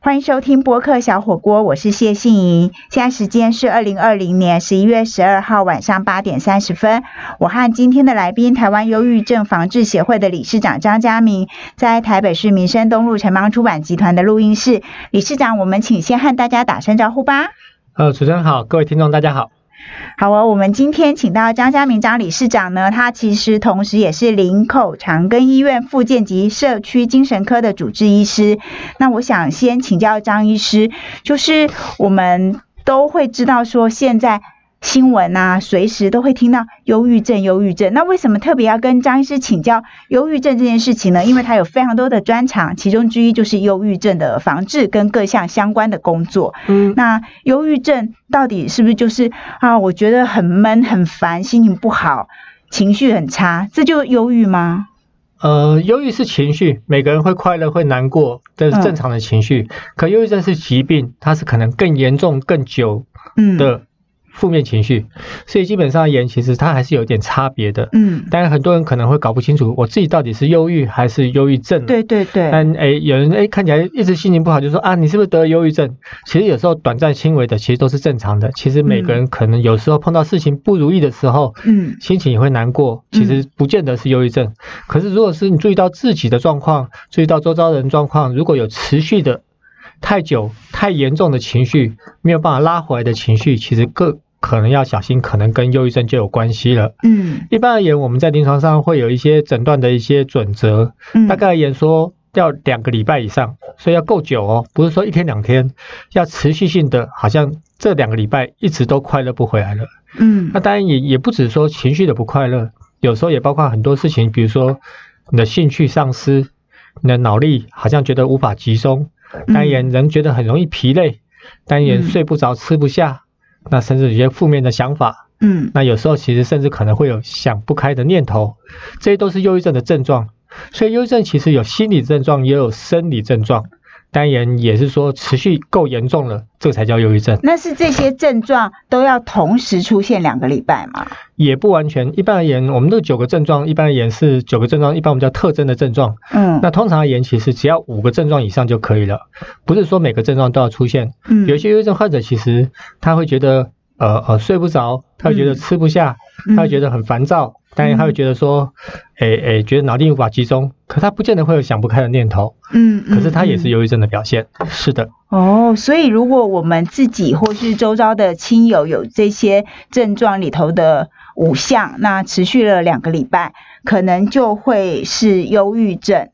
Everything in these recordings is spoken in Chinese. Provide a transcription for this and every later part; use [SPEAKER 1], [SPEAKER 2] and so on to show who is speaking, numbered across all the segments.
[SPEAKER 1] 欢迎收听播客小火锅，我是谢杏怡。现在时间是二零二零年十一月十二号晚上八点三十分。我和今天的来宾，台湾忧郁症防治协会的理事长张家明，在台北市民生东路城邦出版集团的录音室。理事长，我们请先和大家打声招呼吧。
[SPEAKER 2] 呃，主持人好，各位听众大家好。
[SPEAKER 1] 好哦，我们今天请到张家明张理事长呢，他其实同时也是林口长庚医院复健及社区精神科的主治医师。那我想先请教张医师，就是我们都会知道说现在新闻啊，随时都会听到忧郁症、忧郁症。那为什么特别要跟张医师请教忧郁症这件事情呢？因为他有非常多的专长，其中之一就是忧郁症的防治跟各项相关的工作。
[SPEAKER 2] 嗯，
[SPEAKER 1] 那忧郁症到底是不是就是啊？我觉得很闷、很烦，心情不好，情绪很差，这就忧郁吗？
[SPEAKER 2] 呃，忧郁是情绪，每个人会快乐、会难过，这是正常的情绪。
[SPEAKER 1] 嗯
[SPEAKER 2] 可忧郁症是疾病，它是可能更严重、更久
[SPEAKER 1] 嗯，，
[SPEAKER 2] 的负面情绪，所以基本上而言，其实它还是有点差别的。
[SPEAKER 1] 嗯，
[SPEAKER 2] 当然，很多人可能会搞不清楚我自己到底是忧郁还是忧郁症。。
[SPEAKER 1] 对对对，
[SPEAKER 2] 但诶，有人诶看起来一直心情不好，就说啊，你是不是得了忧郁症？其实有时候短暂轻微的，其实都是正常的。其实每个人可能有时候碰到事情不如意的时候，
[SPEAKER 1] 嗯
[SPEAKER 2] 心情也会难过，其实不见得是忧郁症。可是如果是你注意到自己的状况，注意到周遭人状况，如果有持续的太久、太严重的情绪，没有办法拉回来的情绪，其实更可能要小心，可能跟忧郁症就有关系了。
[SPEAKER 1] 嗯
[SPEAKER 2] 一般而言，我们在临床上会有一些诊断的一些准则，
[SPEAKER 1] 嗯，
[SPEAKER 2] 大概而言说要两个礼拜以上，所以要够久哦，不是说一天两天，要持续性的，好像这两个礼拜一直都快乐不回来了。
[SPEAKER 1] 嗯
[SPEAKER 2] 那当然也也不只说情绪的不快乐，有时候也包括很多事情，比如说你的兴趣丧失，你的脑力好像觉得无法集中，当然人觉得很容易疲累，当然
[SPEAKER 1] 嗯
[SPEAKER 2] 睡不着、吃不下，那甚至有些负面的想法，
[SPEAKER 1] 嗯
[SPEAKER 2] 那有时候其实甚至可能会有想不开的念头，这些都是忧郁症的症状。所以忧郁症其实有心理症状，也有生理症状，当然也是说持续够严重了，这才叫忧郁症。
[SPEAKER 1] 那是这些症状都要同时出现两个礼拜吗？
[SPEAKER 2] 也不完全。一般而言，我们这九个症状，一般而言是九个症状，一般我们叫特征的症状。
[SPEAKER 1] 嗯，
[SPEAKER 2] 那通常而言，其实只要五个症状以上就可以了，不是说每个症状都要出现。
[SPEAKER 1] 嗯
[SPEAKER 2] 有一些忧郁症患者其实他会觉得，呃呃，睡不着，他会觉得
[SPEAKER 1] 嗯嗯
[SPEAKER 2] 吃不下，他会觉得很烦躁，当然他会觉得说，诶诶，觉得脑力无法集中，可他不见得会有想不开的念头，
[SPEAKER 1] 嗯，嗯
[SPEAKER 2] 可是他也是
[SPEAKER 1] 嗯
[SPEAKER 2] 忧郁症的表现。是的。
[SPEAKER 1] 哦，所以如果我们自己或是周遭的亲友有这些症状里头的五项，那持续了两个礼拜，可能就会是忧郁症。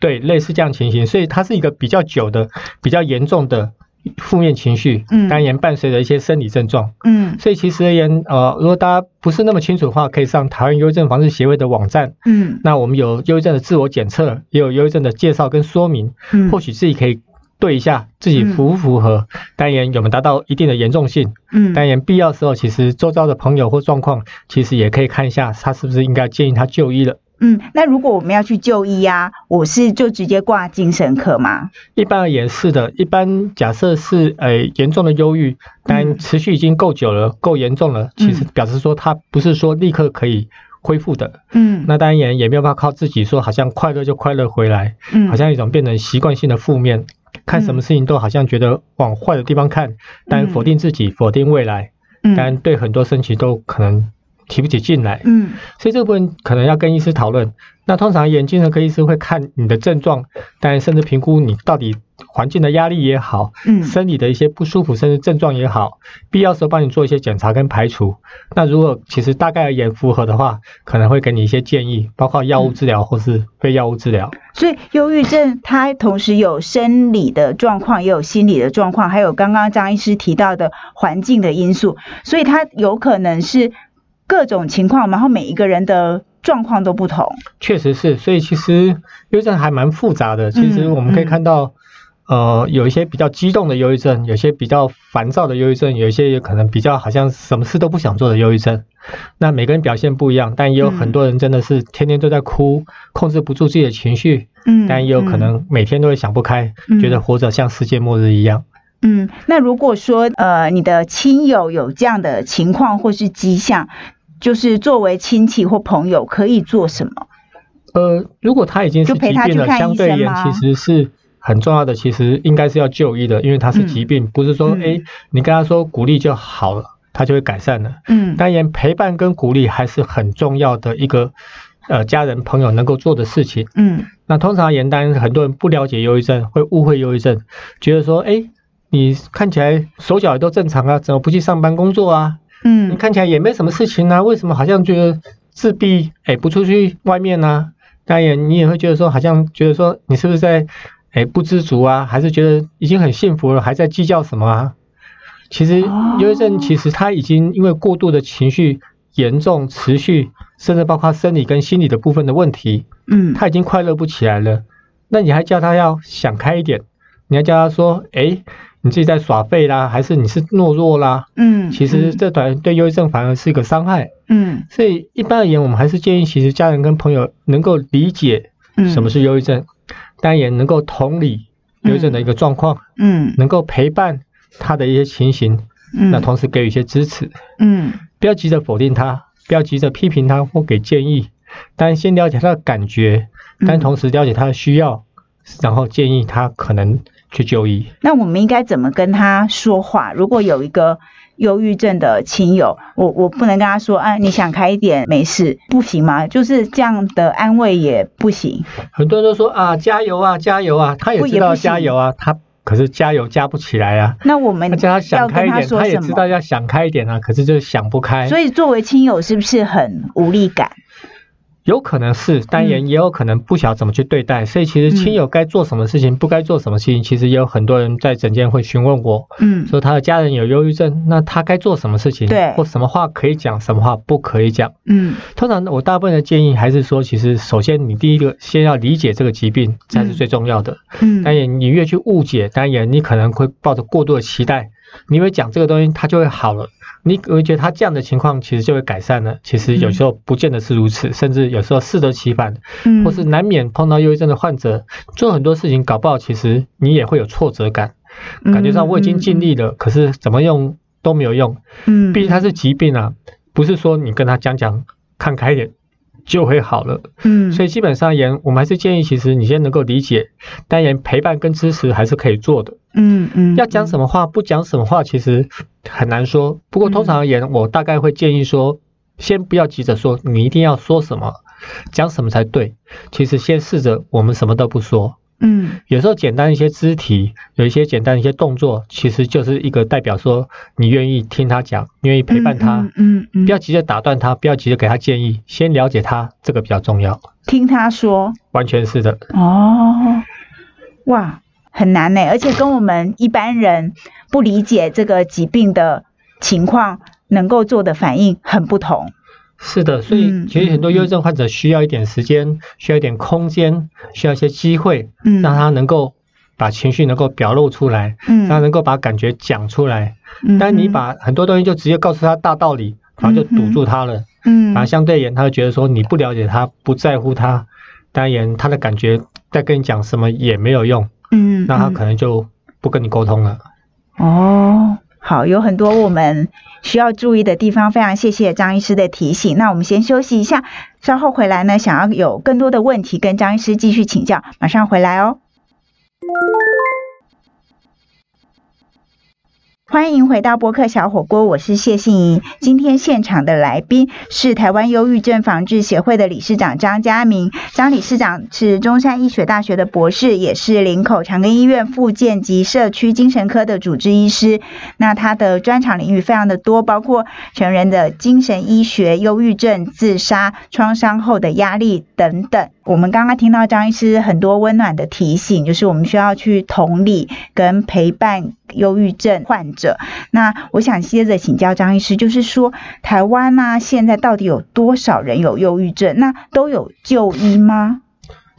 [SPEAKER 2] 对，类似这样情形，所以它是一个比较久的、比较严重的负面情绪，
[SPEAKER 1] 嗯
[SPEAKER 2] 当然伴随着一些生理症状。
[SPEAKER 1] 嗯
[SPEAKER 2] 所以其实而言，呃，如果大家不是那么清楚的话，可以上台湾忧郁症防治协会的网站，
[SPEAKER 1] 嗯
[SPEAKER 2] 那我们有忧郁症的自我检测，也有忧郁症的介绍跟说明，
[SPEAKER 1] 嗯，
[SPEAKER 2] 或许自己可以对一下自己符不符合，当然有没有达到一定的严重性，
[SPEAKER 1] 嗯
[SPEAKER 2] 当然必要的时候，其实周遭的朋友或状况，其实也可以看一下他是不是应该建议他就医了。
[SPEAKER 1] 嗯，那如果我们要去就医啊，我是就直接挂精神科吗？
[SPEAKER 2] 一般而言是的，一般假设是呃严重的忧郁，
[SPEAKER 1] 嗯
[SPEAKER 2] 但持续已经够久了、够严重了，其实表示说它不是说立刻可以恢复的。
[SPEAKER 1] 嗯，
[SPEAKER 2] 那当然也也没有办法靠自己说好像快乐就快乐回来，
[SPEAKER 1] 嗯
[SPEAKER 2] 好像一种变成习惯性的负面，看什么事情都好像觉得往坏的地方看，但否定自己、否定未来，
[SPEAKER 1] 嗯
[SPEAKER 2] 但对很多身体都可能提不起劲来。
[SPEAKER 1] 嗯
[SPEAKER 2] 所以这部分可能要跟医师讨论。那通常眼精神科医师会看你的症状，当然甚至评估你到底环境的压力也好，
[SPEAKER 1] 嗯
[SPEAKER 2] 生理的一些不舒服甚至症状也好，必要时候帮你做一些检查跟排除。那如果其实大概而言符合的话，可能会给你一些建议，包括药物治疗或是非药物治疗。
[SPEAKER 1] 所以忧郁症它同时有生理的状况，也有心理的状况，还有刚刚张医师提到的环境的因素，所以它有可能是各种情况，然后每一个人的状况都不同。
[SPEAKER 2] 确实是，所以其实忧郁症还蛮复杂
[SPEAKER 1] 嗯
[SPEAKER 2] 的。其实我们可以看到，呃，有一些比较激动的忧郁症，有一些比较烦躁的忧郁症，有一些也可能比较好像什么事都不想做的忧郁症。那每个人表现不一样，但也有很多人真的是天天都在哭，控制不住自己的情绪，
[SPEAKER 1] 嗯
[SPEAKER 2] 但也有可能每天都会想不开，
[SPEAKER 1] 嗯
[SPEAKER 2] 觉得活着像世界末日一样。
[SPEAKER 1] 嗯。嗯，那如果说呃你的亲友有这样的情况或是迹象，就是作为亲戚或朋友可以做什么？
[SPEAKER 2] 呃，如果他已经是
[SPEAKER 1] 就陪
[SPEAKER 2] 疾
[SPEAKER 1] 他
[SPEAKER 2] 病
[SPEAKER 1] 去
[SPEAKER 2] 了，
[SPEAKER 1] 看
[SPEAKER 2] 相
[SPEAKER 1] 医
[SPEAKER 2] 对而
[SPEAKER 1] 生
[SPEAKER 2] 言
[SPEAKER 1] 吗
[SPEAKER 2] 其实是很重要的其实应该是要就医的，因为它是疾病，不是说
[SPEAKER 1] 嗯
[SPEAKER 2] 诶你跟他说鼓励就好了，他就会改善了。
[SPEAKER 1] 嗯
[SPEAKER 2] 当然，陪伴跟鼓励还是很重要的一个呃家人朋友能够做的事情。
[SPEAKER 1] 嗯
[SPEAKER 2] 那通常言单很多人不了解忧郁症，会误会忧郁症，觉得说诶你看起来手脚也都正常啊，怎么不去上班工作啊？你
[SPEAKER 1] 嗯
[SPEAKER 2] 看起来也没什么事情啊，为什么好像觉得自闭？哎，不出去外面呢、啊？当然，你也会觉得说，好像觉得说，你是不是在哎不知足啊？还是觉得已经很幸福了，还在计较什么啊？其实
[SPEAKER 1] 哦
[SPEAKER 2] 忧郁症其实它已经因为过度的情绪严重持续，甚至包括生理跟心理的部分的问题，
[SPEAKER 1] 嗯，
[SPEAKER 2] 他已经快乐不起来了。那你还叫他要想开一点，你还叫他说，哎，你自己在耍废啦，还是你是懦弱啦？
[SPEAKER 1] 嗯，
[SPEAKER 2] 其实这短对忧郁症反而是一个伤害。
[SPEAKER 1] 嗯
[SPEAKER 2] 所以一般而言，我们还是建议其实家人跟朋友能够理解
[SPEAKER 1] 嗯
[SPEAKER 2] 什么是忧郁症，当然也能够同理忧郁症的一个状况，
[SPEAKER 1] 嗯
[SPEAKER 2] 能够陪伴他的一些情形，
[SPEAKER 1] 嗯
[SPEAKER 2] 那同时给予一些支持，
[SPEAKER 1] 嗯
[SPEAKER 2] 不要急着否定他，不要急着批评他或给建议，但先了解他的感觉，
[SPEAKER 1] 嗯
[SPEAKER 2] 但同时了解他的需要，然后建议他可能去就医。
[SPEAKER 1] 那我们应该怎么跟他说话？如果有一个忧郁症的亲友，我我不能跟他说，啊，你想开一点，没事，不行吗？就是这样的安慰也不行。
[SPEAKER 2] 很多人都说啊，加油啊，加油啊，他也
[SPEAKER 1] 不也
[SPEAKER 2] 知道
[SPEAKER 1] 不行
[SPEAKER 2] 加油啊，他可是加油加不起来啊。
[SPEAKER 1] 那我们
[SPEAKER 2] 他叫他
[SPEAKER 1] 哎要跟
[SPEAKER 2] 想开一点，
[SPEAKER 1] 说
[SPEAKER 2] 他也
[SPEAKER 1] 什
[SPEAKER 2] 知道
[SPEAKER 1] 么？
[SPEAKER 2] 要想开一点啊，可是就是想不开。
[SPEAKER 1] 所
[SPEAKER 2] 以
[SPEAKER 1] 以作为亲友是不是很无力感？
[SPEAKER 2] 有可能是，但
[SPEAKER 1] 嗯
[SPEAKER 2] 也也有可能不晓得怎么去对待。所以其实亲友该做什么事情，不该做什么事情，其实也有很多人在诊间会询问我，
[SPEAKER 1] 嗯
[SPEAKER 2] 说他的家人有忧郁症，那他该做什么事情？
[SPEAKER 1] 对
[SPEAKER 2] 或什么话可以讲，什么话不可以讲。
[SPEAKER 1] 嗯
[SPEAKER 2] 通常我大部分的建议还是说，其实首先你第一个先要理解这个疾病才是最重要的。当
[SPEAKER 1] 嗯
[SPEAKER 2] 然，你越去误解，当然你可能会抱着过度的期待，你会讲这个东西它就会好了，你会觉得它这样的情况其实就会改善
[SPEAKER 1] 嗯
[SPEAKER 2] 了。其实有时候不见得是如此，甚至有时候适得其反，
[SPEAKER 1] 嗯，
[SPEAKER 2] 或是难免碰到忧郁症的患者，做很多事情搞不好，其实你也会有挫折感，
[SPEAKER 1] 嗯
[SPEAKER 2] 感觉上我已经尽力了，可是怎么用都没有用。
[SPEAKER 1] 嗯，嗯，
[SPEAKER 2] 毕竟它是疾病啊，不是说你跟他讲讲看开一点就会好了。
[SPEAKER 1] 嗯，
[SPEAKER 2] 所以基本上而言，我们还是建议，其实你先能够理解，当然陪伴跟支持还是可以做的。
[SPEAKER 1] 嗯嗯，
[SPEAKER 2] 要讲什么话，不讲什么话，其实很难说。不过通常而
[SPEAKER 1] 嗯
[SPEAKER 2] 言，我大概会建议说，先不要急着说你一定要说什么，讲什么才对。其实先试着我们什么都不说，
[SPEAKER 1] 嗯
[SPEAKER 2] 有时候简单一些肢体，有一些简单一些动作，其实就是一个代表说你愿意听他讲，愿意陪伴他。
[SPEAKER 1] 嗯嗯嗯，
[SPEAKER 2] 不要急着打断他，不要急着给他建议，先了解他，这个比较重要。
[SPEAKER 1] 听他说，
[SPEAKER 2] 完全是的。
[SPEAKER 1] 哦，哇，很难呢，而且跟我们一般人不理解这个疾病的情况，能够做的反应很不同。
[SPEAKER 2] 是的，所以
[SPEAKER 1] 嗯
[SPEAKER 2] 其实很多
[SPEAKER 1] 嗯
[SPEAKER 2] 忧郁症患者需要一点时间，需要一点空间，需要一些机会，
[SPEAKER 1] 嗯，
[SPEAKER 2] 让他能够把情绪能够表露出来，
[SPEAKER 1] 嗯，
[SPEAKER 2] 让他能够把感觉讲出来。
[SPEAKER 1] 嗯，
[SPEAKER 2] 但你把很多东西就直接告诉他大道理，反而就堵住他了。
[SPEAKER 1] 嗯
[SPEAKER 2] 反而相对而言，他会觉得说你不了解他，不在乎他，当然他的感觉再跟你讲什么也没有用，
[SPEAKER 1] 嗯，
[SPEAKER 2] 那他
[SPEAKER 1] 嗯
[SPEAKER 2] 可能就不跟你沟通了。
[SPEAKER 1] 哦，好，有很多我们需要注意的地方，非常谢谢张医师的提醒。那我们先休息一下，稍后回来呢，想要有更多的问题跟张医师继续请教，马上回来哦。欢迎回到播客小火锅，我是谢杏怡。今天现场的来宾是台湾忧郁症防治协会的理事长张家明。张理事长是中山医学大学的博士，也是林口长庚医院复健及社区精神科的主治医师。那他的专长领域非常的多，包括成人的精神医学、忧郁症、自杀、创伤后的压力等等。我们刚刚听到张医师很多温暖的提醒，就是我们需要去同理跟陪伴忧郁症患者。那我想接着请教张医师，就是说台湾呢、啊现在到底有多少人有忧郁症？那都有就医吗？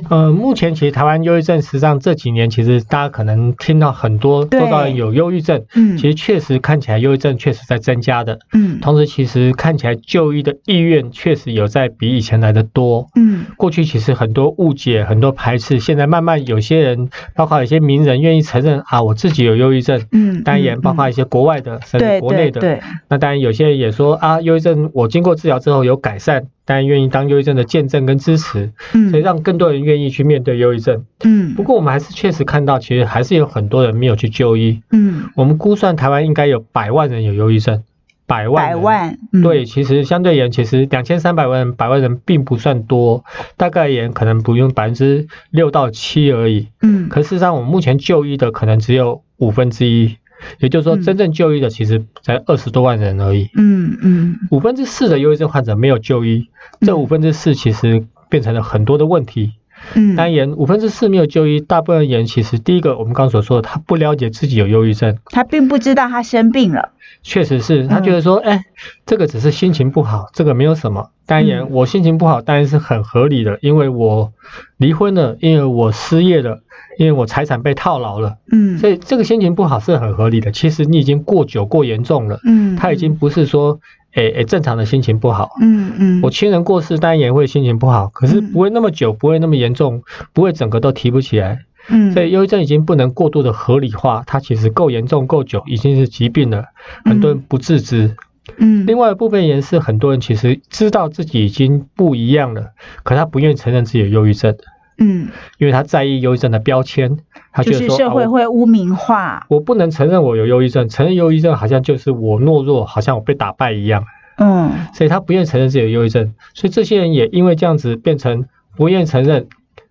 [SPEAKER 2] 呃，目前其实台湾忧郁症，实际上这几年其实大家可能听到很多
[SPEAKER 1] 对
[SPEAKER 2] 受到人有忧郁症，
[SPEAKER 1] 嗯
[SPEAKER 2] 其实确实看起来忧郁症确实在增加的，
[SPEAKER 1] 嗯
[SPEAKER 2] 同时其实看起来就医的意愿确实有在比以前来的多。
[SPEAKER 1] 嗯
[SPEAKER 2] 过去其实很多误解、很多排斥，现在慢慢有些人，包括有些名人愿意承认啊，我自己有忧郁症。
[SPEAKER 1] 嗯，
[SPEAKER 2] 当然，包括一
[SPEAKER 1] 嗯
[SPEAKER 2] 些国外的，甚至
[SPEAKER 1] 对
[SPEAKER 2] 国内
[SPEAKER 1] 对
[SPEAKER 2] 的。
[SPEAKER 1] 对，
[SPEAKER 2] 那当然，有些人也说啊，忧郁症我经过治疗之后有改善，但愿意当忧郁症的见证跟支持，
[SPEAKER 1] 嗯
[SPEAKER 2] 所以让更多人愿意去面对忧郁症。
[SPEAKER 1] 嗯
[SPEAKER 2] 不过我们还是确实看到，其实还是有很多人没有去就医。
[SPEAKER 1] 嗯，
[SPEAKER 2] 我们估算台湾应该有百万人有忧郁症，百万
[SPEAKER 1] 百
[SPEAKER 2] 人。
[SPEAKER 1] 万，嗯
[SPEAKER 2] 对，其实相对而言，其实两千三百万人、百万人并不算多，大概也可能不用百分之六到七而已。
[SPEAKER 1] 嗯
[SPEAKER 2] 可事实上，我们目前就医的可能只有五分之一，也就是说，
[SPEAKER 1] 嗯
[SPEAKER 2] 真正就医的其实才二十多万人而已。
[SPEAKER 1] 嗯嗯
[SPEAKER 2] 五分之四的忧郁症患者没有就医，这
[SPEAKER 1] 嗯
[SPEAKER 2] 五分之四其实变成了很多的问题。
[SPEAKER 1] 嗯，
[SPEAKER 2] 当然，五分之四没有就医，大部分人其实第一个我们刚刚所说的，他不了解自己有忧郁症，
[SPEAKER 1] 他并不知道他生病了，
[SPEAKER 2] 确实
[SPEAKER 1] 嗯
[SPEAKER 2] 是他觉得说，哎、这个只是心情不好，这个没有什么。当然，
[SPEAKER 1] 嗯
[SPEAKER 2] 我心情不好当然是很合理的，因为我离婚了，因为我失业了，因为我财产被套牢了，
[SPEAKER 1] 嗯，
[SPEAKER 2] 所以这个心情不好是很合理的。其实你已经过久过严重了，
[SPEAKER 1] 嗯，
[SPEAKER 2] 他已经不是说，哎、哎、正常的心情不好。
[SPEAKER 1] 嗯嗯，
[SPEAKER 2] 我亲人过世，当然也会心情不好，可是
[SPEAKER 1] 嗯
[SPEAKER 2] 不会那么久，不会那么严重，不会整个都提不起来。
[SPEAKER 1] 嗯
[SPEAKER 2] 所以忧郁症已经不能过度的合理化，它其实够严重、够久，已经是疾病了，很多人不自知。
[SPEAKER 1] 嗯
[SPEAKER 2] 另外一部分也是很多人其实知道自己已经不一样了，可他不愿意承认自己有忧郁症，
[SPEAKER 1] 嗯，
[SPEAKER 2] 因为他在意忧郁症的标签，他
[SPEAKER 1] 就
[SPEAKER 2] 觉得
[SPEAKER 1] 是
[SPEAKER 2] 说、
[SPEAKER 1] 社会
[SPEAKER 2] 啊我
[SPEAKER 1] 会污名化，
[SPEAKER 2] 我不能承认我有忧郁症，承认忧郁症好像就是我懦弱，好像我被打败一样，
[SPEAKER 1] 嗯
[SPEAKER 2] 所以他不愿意承认自己有忧郁症，所以这些人也因为这样子变成不愿意承认，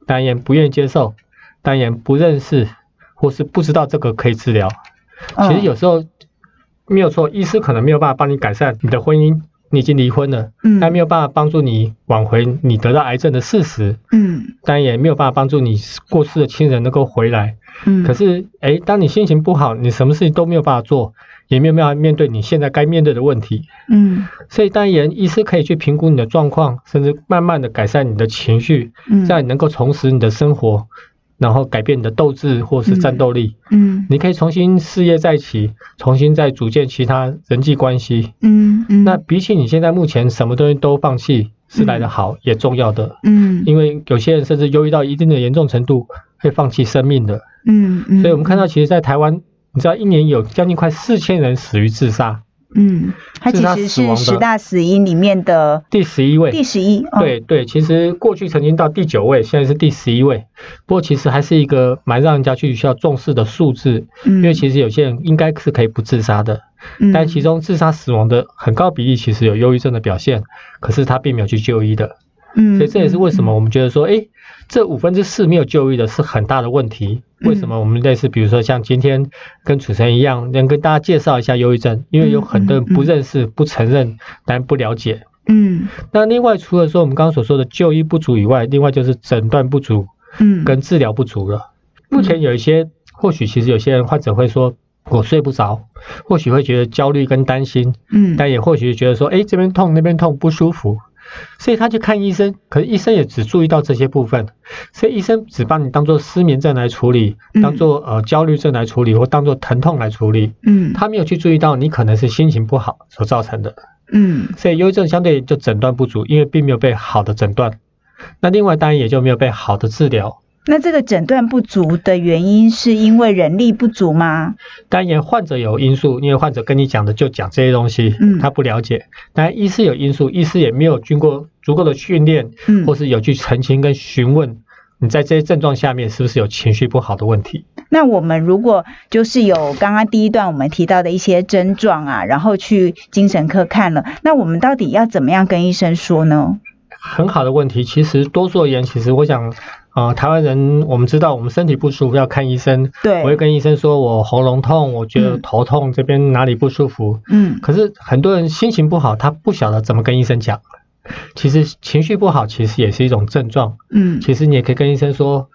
[SPEAKER 2] 当然不愿意接受，当然不认识，或是不知道这个可以治疗。
[SPEAKER 1] 嗯，
[SPEAKER 2] 其实有时候没有错，医师可能没有办法帮你改善你的婚姻，你已经离婚了，
[SPEAKER 1] 嗯
[SPEAKER 2] 但没有办法帮助你挽回你得到癌症的事实，
[SPEAKER 1] 嗯
[SPEAKER 2] 但也没有办法帮助你过世的亲人能够回来。
[SPEAKER 1] 嗯，
[SPEAKER 2] 可是，诶，当你心情不好，你什么事情都没有办法做，也没有办法面对你现在该面对的问题。
[SPEAKER 1] 嗯
[SPEAKER 2] 所以，当然，医师可以去评估你的状况，甚至慢慢的改善你的情绪，
[SPEAKER 1] 嗯，
[SPEAKER 2] 这样你能够重拾你的生活，然后改变你的斗志或是战斗力。
[SPEAKER 1] 嗯
[SPEAKER 2] 你可以重新事业再起，重新再组建其他人际关系。
[SPEAKER 1] 嗯嗯，
[SPEAKER 2] 那比起你现在目前什么东西都放弃，是来得好、也重要的。
[SPEAKER 1] 嗯
[SPEAKER 2] 因为有些人甚至忧郁到一定的严重程度，会放弃生命的。
[SPEAKER 1] 嗯嗯，
[SPEAKER 2] 所以我们看到，其实，在台湾，你知道一年有将近快四千人死于自杀，
[SPEAKER 1] 嗯，它
[SPEAKER 2] 自
[SPEAKER 1] 其
[SPEAKER 2] 杀
[SPEAKER 1] 实
[SPEAKER 2] 死
[SPEAKER 1] 是
[SPEAKER 2] 亡
[SPEAKER 1] 十
[SPEAKER 2] 的
[SPEAKER 1] 大死因里面的
[SPEAKER 2] 第十一位。
[SPEAKER 1] 第十一，哦，
[SPEAKER 2] 对对，其实过去曾经到第九位，现在是第十一位。不过其实还是一个蛮让人家去需要重视的数字，
[SPEAKER 1] 因
[SPEAKER 2] 因为其实有些人应该是可以不自杀的。
[SPEAKER 1] 嗯
[SPEAKER 2] 但其中自杀死亡的很高比例其实有忧郁症的表现，可是他并没有去就医的，
[SPEAKER 1] 嗯，
[SPEAKER 2] 所以这也是为什
[SPEAKER 1] 么
[SPEAKER 2] 么我们觉得说，诶，这五分之四没有就医的是很大的问
[SPEAKER 1] 嗯
[SPEAKER 2] 题。为什么我们类似，比如说像今天跟主持人一样，能跟大家介绍一下忧郁症，因为有很多人不认识、不承认，但不了解。
[SPEAKER 1] 嗯
[SPEAKER 2] 那另外，除了说我们刚刚所说的就医不足以外，另外就是诊断不足
[SPEAKER 1] 嗯
[SPEAKER 2] 跟治疗不足了。目前有一些，或许其实有些人患者会说，我睡不着，或许会觉得焦虑跟担心，
[SPEAKER 1] 嗯
[SPEAKER 2] 但也或许觉得说，哎，这边痛那边痛不舒服，所以他去看医生，可是医生也只注意到这些部分，所以医生只帮你当做失眠症来处理，
[SPEAKER 1] 嗯
[SPEAKER 2] 当做呃焦虑症来处理，或当做疼痛来处理，
[SPEAKER 1] 嗯
[SPEAKER 2] 他没有去注意到你可能是心情不好所造成的。
[SPEAKER 1] 嗯
[SPEAKER 2] 所以忧郁症相对就诊断不足，因为并没有被好的诊断。那另外当然也就没有被好的治疗。
[SPEAKER 1] 那这个诊断不足的原因是因为人力不足吗？
[SPEAKER 2] 当然患者有因素，因为患者跟你讲的就讲这些东西，
[SPEAKER 1] 嗯
[SPEAKER 2] 他不了解。当然医师有因素，医师也没有经过足够的训练，
[SPEAKER 1] 嗯，
[SPEAKER 2] 或是有去澄清跟询问你在这些症状下面是不是有情绪不好的问题。
[SPEAKER 1] 那我们如果就是有刚刚第一段我们提到的一些症状啊，然后去精神科看了，那我们到底要怎么样跟医生说呢？
[SPEAKER 2] 很好的问题，其实多数而言，其实我想。啊、台湾人我们知道，我们身体不舒服要看医生，我
[SPEAKER 1] 对，
[SPEAKER 2] 会跟医生说我喉咙痛，我觉得
[SPEAKER 1] 嗯
[SPEAKER 2] 头痛，这边哪里不舒服，
[SPEAKER 1] 嗯
[SPEAKER 2] 可是很多人心情不好，他不晓得怎么跟医生讲。其实情绪不好，其实也是一种症状。
[SPEAKER 1] 嗯
[SPEAKER 2] 其实你也可以跟医生说，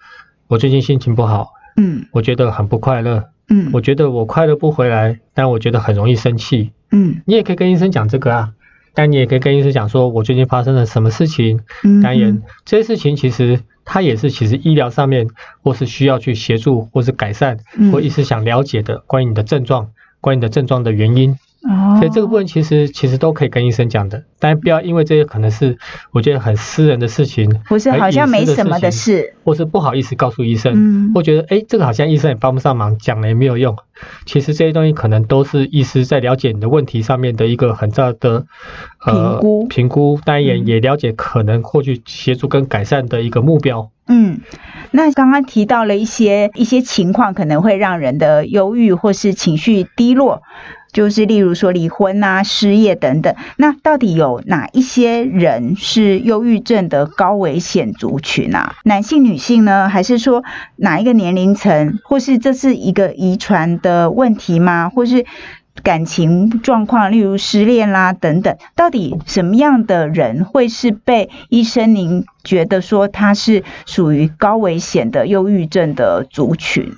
[SPEAKER 2] 我最近心情不好，
[SPEAKER 1] 嗯
[SPEAKER 2] 我觉得很不快乐，
[SPEAKER 1] 嗯
[SPEAKER 2] 我觉得我快乐不回来，但我觉得很容易生气。
[SPEAKER 1] 嗯
[SPEAKER 2] 你也可以跟医生讲这个啊，但你也可以跟医生讲说，我最近发生了什么事情。
[SPEAKER 1] 嗯，
[SPEAKER 2] 当然，这些事情其实它也是其实医疗上面或是需要去协助或是改善
[SPEAKER 1] 嗯
[SPEAKER 2] 或医师想了解的关于你的症状，关于你的症状的原因。
[SPEAKER 1] 哦，
[SPEAKER 2] 所以这个部分其实其实都可以跟医生讲的，但不要因为这些可能是我觉得很私人的事情，
[SPEAKER 1] 不是
[SPEAKER 2] 很
[SPEAKER 1] 好像
[SPEAKER 2] 隐私
[SPEAKER 1] 没什么的
[SPEAKER 2] 情，
[SPEAKER 1] 事，
[SPEAKER 2] 或是不好意思告诉医生，
[SPEAKER 1] 嗯，
[SPEAKER 2] 或觉得诶这个好像医生也帮不上忙，讲了也没有用。其实这些东西可能都是医师在了解你的问题上面的一个很大的呃
[SPEAKER 1] 评估
[SPEAKER 2] 评估，当然也
[SPEAKER 1] 嗯
[SPEAKER 2] 也了解可能或去协助跟改善的一个目标。
[SPEAKER 1] 嗯，那刚刚提到了一些一些情况，可能会让人的忧郁或是情绪低落，就是例如说离婚啊、失业等等。那到底有哪一些人是忧郁症的高危险族群啊？男性、女性呢？还是说哪一个年龄层？或是这是一个遗传的问题吗？或是感情状况，例如失恋啦等等，到底什么样的人会是被医生您觉得说他是属于高危险的忧郁症的族群？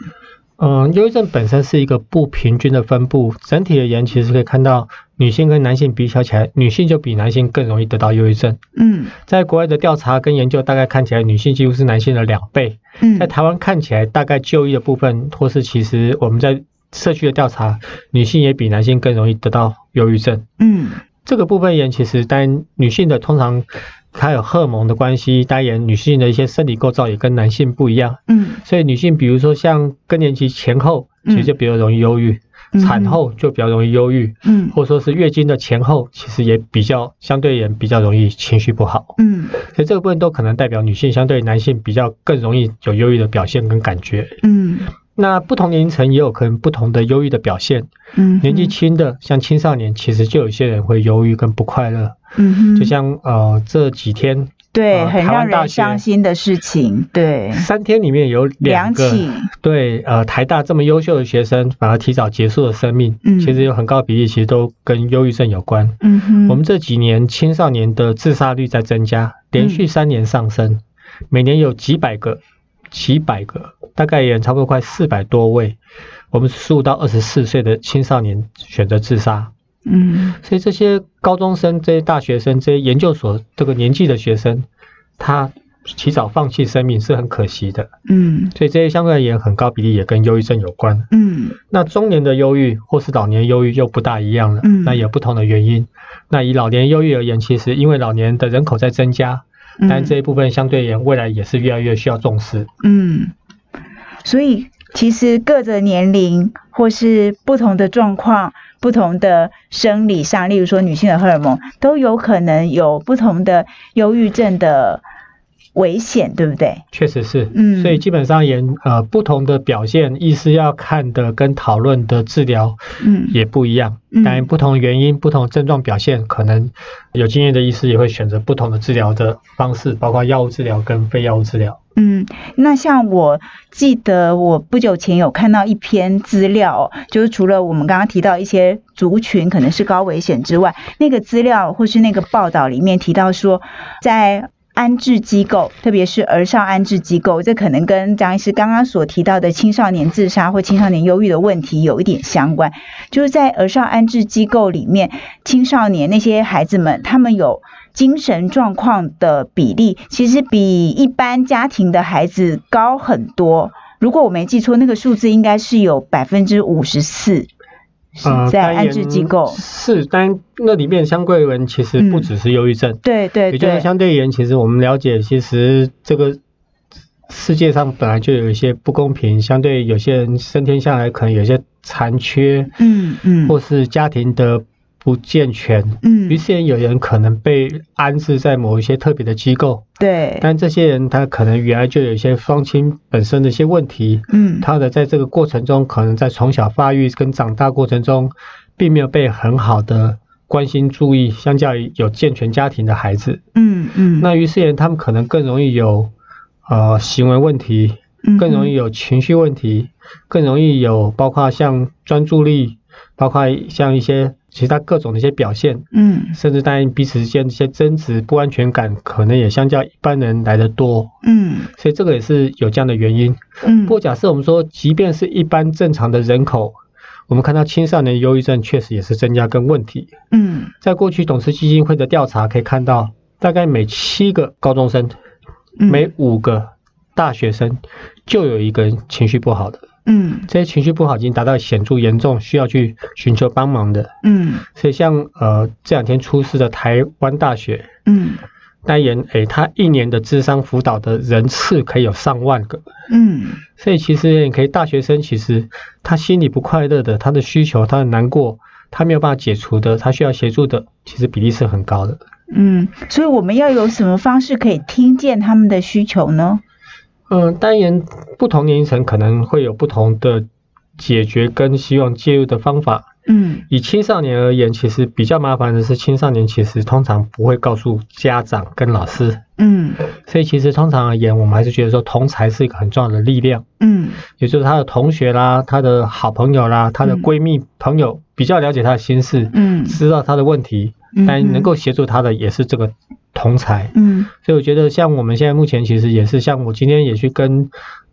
[SPEAKER 2] 嗯，忧郁症本身是一个不平均的分布，整体而言，其实可以看到女性跟男性比较起来，女性就比男性更容易得到忧郁症。
[SPEAKER 1] 嗯
[SPEAKER 2] 在国外的调查跟研究，大概看起来女性几乎是男性的两倍。
[SPEAKER 1] 嗯
[SPEAKER 2] 在台湾看起来，大概就医的部分，或是其实我们在社区的调查，女性也比男性更容易得到忧郁症。
[SPEAKER 1] 嗯
[SPEAKER 2] 这个部分言，其实单女性的通常它有荷尔蒙的关系，当然女性的一些生理构造也跟男性不一样，
[SPEAKER 1] 嗯
[SPEAKER 2] 所以女性比如说像更年期前后，其实就比较容易忧郁，
[SPEAKER 1] 嗯
[SPEAKER 2] 产后就比较容易忧郁，
[SPEAKER 1] 嗯
[SPEAKER 2] 或者说是月经的前后，其实也比较相对也比较容易情绪不好。
[SPEAKER 1] 嗯
[SPEAKER 2] 所以这个部分都可能代表女性相对男性比较更容易有忧郁的表现跟感觉。
[SPEAKER 1] 嗯
[SPEAKER 2] 那不同年龄层也有可能不同的忧郁的表现。
[SPEAKER 1] 嗯，
[SPEAKER 2] 年纪轻的，像青少年，其实就有一些人会忧郁跟不快乐。
[SPEAKER 1] 嗯哼，
[SPEAKER 2] 就像呃这几天
[SPEAKER 1] 对
[SPEAKER 2] 呃
[SPEAKER 1] 很
[SPEAKER 2] 台湾
[SPEAKER 1] 让
[SPEAKER 2] 大
[SPEAKER 1] 人
[SPEAKER 2] 学
[SPEAKER 1] 伤心的事情，对，
[SPEAKER 2] 三天里面有两
[SPEAKER 1] 嗯两
[SPEAKER 2] 个
[SPEAKER 1] 起，
[SPEAKER 2] 对呃台大这么优秀的学生，反而提早结束了生命，
[SPEAKER 1] 嗯
[SPEAKER 2] 其实有很高比例其实都跟忧郁症有关。
[SPEAKER 1] 嗯哼，
[SPEAKER 2] 我们这几年青少年的自杀率在增加，连续三年上升，每年有几百个、几百个，大概也差不多快四百多位。我们十五到二十四岁的青少年选择自杀，
[SPEAKER 1] 嗯
[SPEAKER 2] 所以这些高中生、这些大学生、这些研究所这个年纪的学生，他提早放弃生命是很可惜的。
[SPEAKER 1] 嗯
[SPEAKER 2] 所以这些相对而言很高比例也跟忧郁症有关。
[SPEAKER 1] 嗯
[SPEAKER 2] 那中年的忧郁或是老年忧郁又不大一样了，
[SPEAKER 1] 嗯
[SPEAKER 2] 那有不同的原因。那以老年忧郁而言，其实因为老年的人口在增加，
[SPEAKER 1] 嗯，
[SPEAKER 2] 但这一部分相对而言未来也是越来越需要重视。
[SPEAKER 1] 嗯，所以其实各个年龄或是不同的状况、不同的生理上，例如说女性的荷尔蒙，都有可能有不同的忧郁症的危险，对不对？
[SPEAKER 2] 确实是，
[SPEAKER 1] 嗯
[SPEAKER 2] 所以基本上言，呃，不同的表现，医师要看的跟讨论的治疗
[SPEAKER 1] 嗯
[SPEAKER 2] 也不一样。
[SPEAKER 1] 嗯
[SPEAKER 2] 当然，不同原因、不同症状表现，可能有经验的医师也会选择不同的治疗的方式，包括药物治疗跟非药物治疗。
[SPEAKER 1] 嗯，那像我记得我不久前有看到一篇资料哦，就是除了我们刚刚提到一些族群可能是高危险之外，那个资料或是那个报道里面提到说，在安置机构，特别是儿少安置机构，这可能跟张医师刚刚所提到的青少年自杀或青少年忧郁的问题有一点相关。就是在儿少安置机构里面，青少年那些孩子们，他们有精神状况的比例，其实比一般家庭的孩子高很多。如果我没记错，那个数字应该是有百分之五十四
[SPEAKER 2] 呃
[SPEAKER 1] 是在安置机构。
[SPEAKER 2] 是，但那里面相对人其实不只是忧郁症，
[SPEAKER 1] 对对
[SPEAKER 2] 也就是
[SPEAKER 1] 对，
[SPEAKER 2] 相对而言，其实我们了解，其实这个世界上本来就有一些不公平，相对有些人生天下来可能有一些残缺，
[SPEAKER 1] 嗯嗯
[SPEAKER 2] 或是家庭的不健全。于
[SPEAKER 1] 嗯，
[SPEAKER 2] 是有人可能被安置在某一些特别的机构，
[SPEAKER 1] 对，
[SPEAKER 2] 但这些人他可能原来就有一些双亲本身的一些问题，
[SPEAKER 1] 嗯
[SPEAKER 2] 他的在这个过程中，可能在从小发育跟长大过程中，并没有被很好的关心注意，相较于有健全家庭的孩子，
[SPEAKER 1] 嗯嗯，
[SPEAKER 2] 那于是他们可能更容易有呃行为问题，
[SPEAKER 1] 嗯
[SPEAKER 2] 更容易有情绪问题，更容易有包括像专注力，包括像一些其他各种的一些表现。
[SPEAKER 1] 嗯
[SPEAKER 2] 甚至当然彼此之间的一些争执、不安全感，可能也相较一般人来的多，
[SPEAKER 1] 嗯
[SPEAKER 2] 所以这个也是有这样的原因。
[SPEAKER 1] 嗯
[SPEAKER 2] 不过假设我们说，即便是一般正常的人口，我们看到青少年忧郁症确实也是增加跟问题。
[SPEAKER 1] 嗯
[SPEAKER 2] 在过去董事基金会的调查可以看到，大概每七个高中生，
[SPEAKER 1] 嗯
[SPEAKER 2] 每五个大学生就有一个人情绪不好的。
[SPEAKER 1] 嗯
[SPEAKER 2] 这些情绪不好已经达到显著严重，需要去寻求帮忙的。
[SPEAKER 1] 嗯
[SPEAKER 2] 所以像呃这两天出事的台湾大学
[SPEAKER 1] 嗯
[SPEAKER 2] 那研，诶，他一年的智商辅导的人次可以有上万个。
[SPEAKER 1] 嗯
[SPEAKER 2] 所以其实你可以，大学生其实他心里不快乐的，他的需求，他的难过，他没有办法解除的，他需要协助的，其实比例是很高的。
[SPEAKER 1] 嗯，所以我们要有什么方式可以听见他们的需求呢？
[SPEAKER 2] 嗯，当然不同年龄层可能会有不同的解决跟希望介入的方法。
[SPEAKER 1] 嗯
[SPEAKER 2] 以青少年而言，其实比较麻烦的是，青少年其实通常不会告诉家长跟老师，
[SPEAKER 1] 嗯
[SPEAKER 2] 所以其实通常而言，我们还是觉得说同才是一个很重要的力量，
[SPEAKER 1] 嗯
[SPEAKER 2] 也就是他的同学啦、他的好朋友啦、他的
[SPEAKER 1] 嗯
[SPEAKER 2] 闺蜜朋友比较了解他的心事，
[SPEAKER 1] 嗯
[SPEAKER 2] 知道他的问题，
[SPEAKER 1] 嗯
[SPEAKER 2] 但能够协助他的也是这个同才。
[SPEAKER 1] 嗯
[SPEAKER 2] 所以我觉得，像我们现在目前其实也是，像我今天也去跟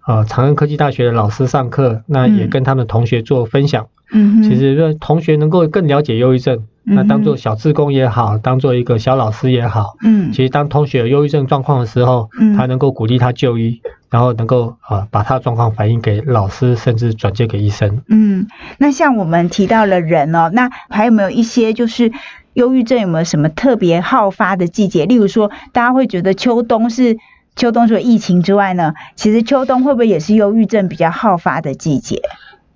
[SPEAKER 2] 呃长安科技大学的老师上课，那也
[SPEAKER 1] 嗯
[SPEAKER 2] 跟他们同学做分享。
[SPEAKER 1] 嗯哼，
[SPEAKER 2] 其实让同学能够更了解忧郁症，那当做
[SPEAKER 1] 嗯
[SPEAKER 2] 小志工也好，当做一个小老师也好，
[SPEAKER 1] 嗯
[SPEAKER 2] 其实当同学有忧郁症状况的时候，
[SPEAKER 1] 嗯
[SPEAKER 2] 他能够鼓励他就医，然后能够呃把他的状况反映给老师，甚至转介给医生。
[SPEAKER 1] 嗯，那像我们提到了人哦，那还有没有一些就是忧郁症有没有什么特别好发的季节？例如说，大家会觉得秋冬是秋冬除了疫情之外呢，其实秋冬会不会也是忧郁症比较好发的季节？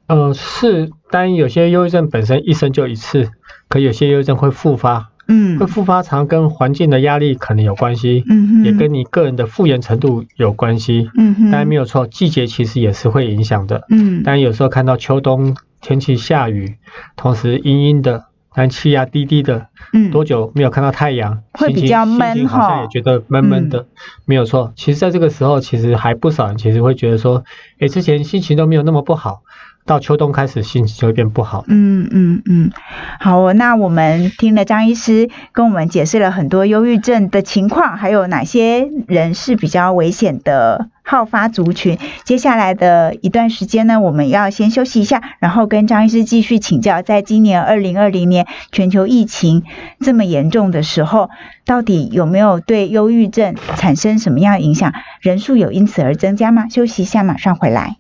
[SPEAKER 2] 呃，是，当然有些忧郁症本身一生就一次，可有些忧郁症会复发，
[SPEAKER 1] 嗯
[SPEAKER 2] 会复发常跟环境的压力可能有关系，
[SPEAKER 1] 嗯哼，
[SPEAKER 2] 也跟你个人的复原程度有关系。
[SPEAKER 1] 嗯哼，
[SPEAKER 2] 当然没有错，季节其实也是会影响的。
[SPEAKER 1] 嗯
[SPEAKER 2] 但有时候看到秋冬天气下雨，同时阴阴的，但气压低低的，
[SPEAKER 1] 嗯
[SPEAKER 2] 多久没有看到太阳，
[SPEAKER 1] 会
[SPEAKER 2] 心
[SPEAKER 1] 比
[SPEAKER 2] 情
[SPEAKER 1] 较
[SPEAKER 2] 心
[SPEAKER 1] 闷嗯
[SPEAKER 2] 情好像
[SPEAKER 1] 吼
[SPEAKER 2] 也觉得闷闷的，没有错。其实在这个时候，其实还不少人其实会觉得说，诶，之前心情都没有那么不好，到秋冬开始心情就会变不好。
[SPEAKER 1] 嗯嗯嗯，好哦。那我们听了张医师跟我们解释了很多忧郁症的情况，还有哪些人是比较危险的好发族群。接下来的一段时间呢，我们要先休息一下，然后跟张医师继续请教，在今年二零二零年全球疫情这么严重的时候，到底有没有对忧郁症产生什么样的影响？人数有因此而增加吗？休息一下，马上回来。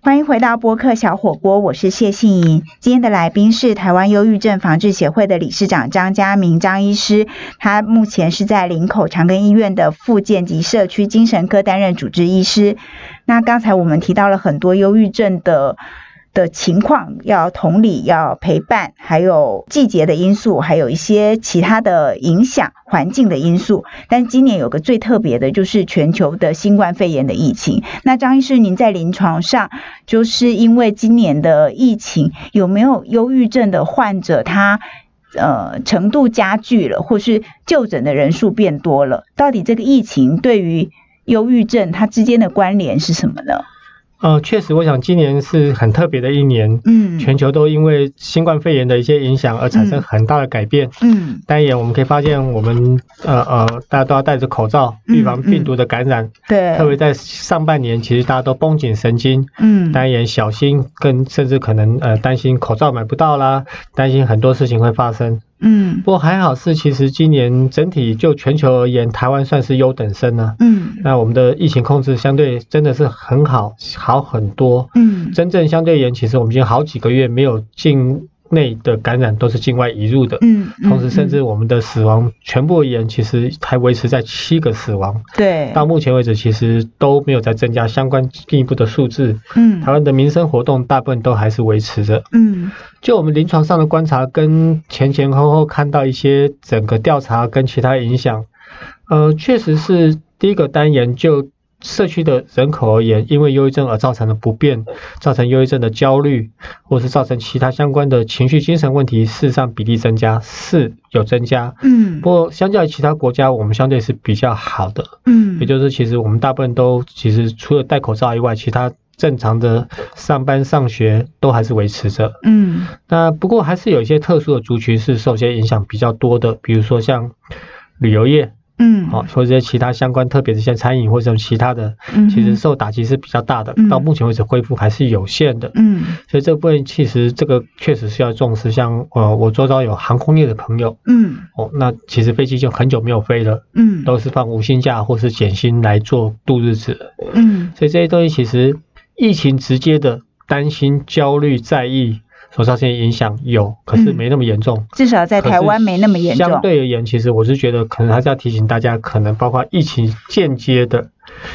[SPEAKER 1] 欢迎回到播客小火锅，我是谢杏莹。今天的来宾是台湾忧郁症防治协会的理事长张家明张医师，他目前是在林口长庚医院的复健及社区精神科担任主治医师。那刚才我们提到了很多忧郁症的的情况，要同理，要陪伴，还有季节的因素，还有一些其他的影响、环境的因素。但今年有个最特别的，就是全球的新冠肺炎的疫情。那张医师，您在临床上，就是因为今年的疫情，有没有忧郁症的患者他？呃，程度加剧了，或是就诊的人数变多了，到底这个疫情对于忧郁症它之间的关联是什么呢？
[SPEAKER 2] 呃，确实，我想今年是很特别的一年，
[SPEAKER 1] 嗯，
[SPEAKER 2] 全球都因为新冠肺炎的一些影响而产
[SPEAKER 1] 嗯
[SPEAKER 2] 生很大的改变。
[SPEAKER 1] 嗯
[SPEAKER 2] 当然，我们可以发现，我们呃呃，大家都要戴着口罩，
[SPEAKER 1] 嗯
[SPEAKER 2] 预防
[SPEAKER 1] 嗯
[SPEAKER 2] 病毒的感染。
[SPEAKER 1] 对，
[SPEAKER 2] 特别在上半年，其实大家都绷紧神经，
[SPEAKER 1] 嗯
[SPEAKER 2] 当然也小心，跟甚至可能呃担心口罩买不到啦，担心很多事情会发生。
[SPEAKER 1] 嗯
[SPEAKER 2] 不过还好是，其实今年整体就全球而言，台湾算是优等生呢、
[SPEAKER 1] 嗯
[SPEAKER 2] 那我们的疫情控制相对真的是很好，好很多。
[SPEAKER 1] 嗯
[SPEAKER 2] 真正相对而言，其实我们已经好几个月没有境内的感染都是境外移入的。
[SPEAKER 1] 嗯，
[SPEAKER 2] 同时，甚至
[SPEAKER 1] 嗯
[SPEAKER 2] 我们的死亡全部而言，其实还维持在七个死亡。
[SPEAKER 1] 对，
[SPEAKER 2] 到目前为止，其实都没有再增加相关进一步的数字。
[SPEAKER 1] 嗯
[SPEAKER 2] 台湾的民生活动大部分都还是维持着。
[SPEAKER 1] 嗯
[SPEAKER 2] 就我们临床上的观察，跟前前后后看到一些整个调查跟其他影响，呃，确实是第一个单研就社区的人口而言，因为忧郁症而造成的不便，造成忧郁症的焦虑，或是造成其他相关的情绪精神问题，事实上比例增加是有增加。
[SPEAKER 1] 嗯
[SPEAKER 2] 不过，相较于其他国家，我们相对是比较好的。
[SPEAKER 1] 嗯，
[SPEAKER 2] 也就是其实我们大部分都其实除了戴口罩以外，其他正常的上班上学都还是维持着。
[SPEAKER 1] 嗯
[SPEAKER 2] 那不过还是有一些特殊的族群是受些影响比较多的，比如说像旅游业，
[SPEAKER 1] 嗯，
[SPEAKER 2] 哦，或者其他相关，特别是像餐饮或者其他的，
[SPEAKER 1] 嗯哼
[SPEAKER 2] 其实受打击是比较大的
[SPEAKER 1] 嗯，
[SPEAKER 2] 到目前为止恢复还是有限的。
[SPEAKER 1] 嗯
[SPEAKER 2] 所以这部分其实这个确实是要重视。像呃，我周遭有航空业的朋友，
[SPEAKER 1] 嗯
[SPEAKER 2] 哦，那其实飞机就很久没有飞了，
[SPEAKER 1] 嗯
[SPEAKER 2] 都是放无薪假或是减薪来做度日子了。
[SPEAKER 1] 嗯
[SPEAKER 2] 所以这些东西其实疫情直接的担心、焦虑、在意所造成的影响有，可是
[SPEAKER 1] 嗯
[SPEAKER 2] 没那么严重。
[SPEAKER 1] 至少在
[SPEAKER 2] 可
[SPEAKER 1] 台
[SPEAKER 2] 是
[SPEAKER 1] 湾没那么严
[SPEAKER 2] 相
[SPEAKER 1] 重。
[SPEAKER 2] 对而言，其实我是觉得，可能还是要提醒大家，可能包括疫情间接的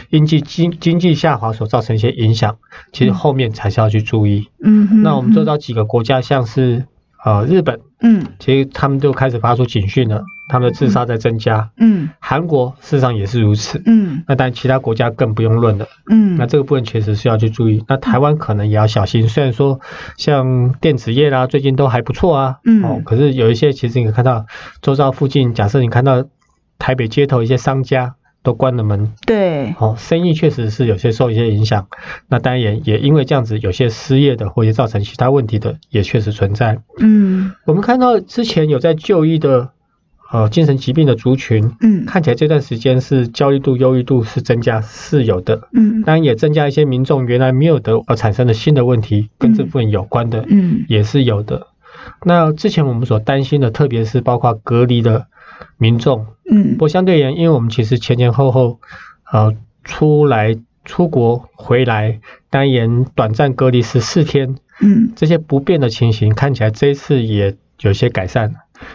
[SPEAKER 2] 因济经经济下滑所造成一些影响，其实
[SPEAKER 1] 嗯
[SPEAKER 2] 后面才是要去注意。
[SPEAKER 1] 嗯哼，
[SPEAKER 2] 那我们周遭几个国家，像是呃日本，
[SPEAKER 1] 嗯
[SPEAKER 2] 其实他们都开始发出警讯了，他们的自杀在增加。
[SPEAKER 1] 嗯
[SPEAKER 2] 韩国事实上也是如此。
[SPEAKER 1] 嗯
[SPEAKER 2] 那但其他国家更不用论了。
[SPEAKER 1] 嗯，
[SPEAKER 2] 那这个部分确实是要去注意。那台湾可能也要小心，虽然说像电子业啦，最近都还不错啊，
[SPEAKER 1] 嗯
[SPEAKER 2] 哦，可是有一些其实你可以看到周遭附近，假设你看到台北街头一些商家都关了门，
[SPEAKER 1] 对，
[SPEAKER 2] 哦，生意确实是有些受一些影响。那当然也也因为这样子，有些失业的或者造成其他问题的也确实存在。
[SPEAKER 1] 嗯
[SPEAKER 2] 我们看到之前有在就医的呃精神疾病的族群，
[SPEAKER 1] 嗯
[SPEAKER 2] 看起来这段时间是焦虑度、忧郁度是增加是有的。
[SPEAKER 1] 嗯
[SPEAKER 2] 当然也增加一些民众原来没有的而产生的新的问题，跟这部分有关的
[SPEAKER 1] 嗯
[SPEAKER 2] 也是有的。那之前我们所担心的，特别是包括隔离的民众，
[SPEAKER 1] 嗯
[SPEAKER 2] 不过相对而言，因为我们其实前前后后，呃，出来出国回来，单言短暂隔离十四天，
[SPEAKER 1] 嗯
[SPEAKER 2] 这些不便的情形，看起来这一次也有些改善了。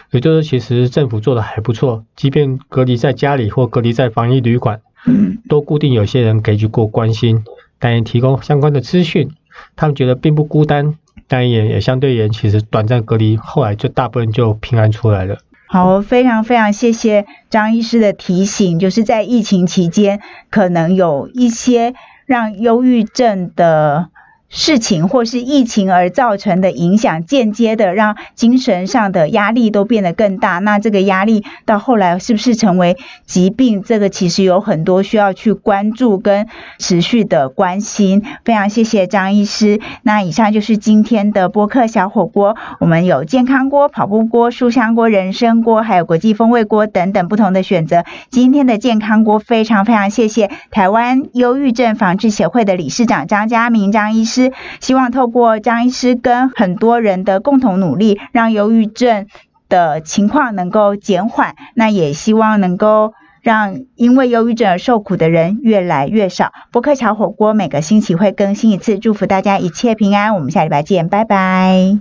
[SPEAKER 2] 也就是其实政府做的还不错，即便隔离在家里或隔离在防疫旅馆，
[SPEAKER 1] 嗯
[SPEAKER 2] 都固定有些人给予过关心，但也提供相关的资讯，他们觉得并不孤单，但也也相对而言，其实短暂隔离后来就大部分就平安出来了。
[SPEAKER 1] 好，非常非常谢谢张医师的提醒，就是在疫情期间，可能有一些让忧郁症的事情，或是疫情而造成的影响，间接的让精神上的压力都变得更大。那这个压力到后来是不是成为疾病？这个其实有很多需要去关注跟持续的关心。非常谢谢张医师。那以上就是今天的播客小火锅，我们有健康锅、跑步锅、书香锅、人参锅，还有国际风味锅等等不同的选择。今天的健康锅非常非常谢谢台湾忧郁症防治协会的理事长张家明张医师，希望透过张医师跟很多人的共同努力，让忧郁症的情况能够减缓，那也希望能够。让因为忧郁症而受苦的人越来越少。博客小火锅每个星期会更新一次，祝福大家一切平安。我们下礼拜见，拜拜。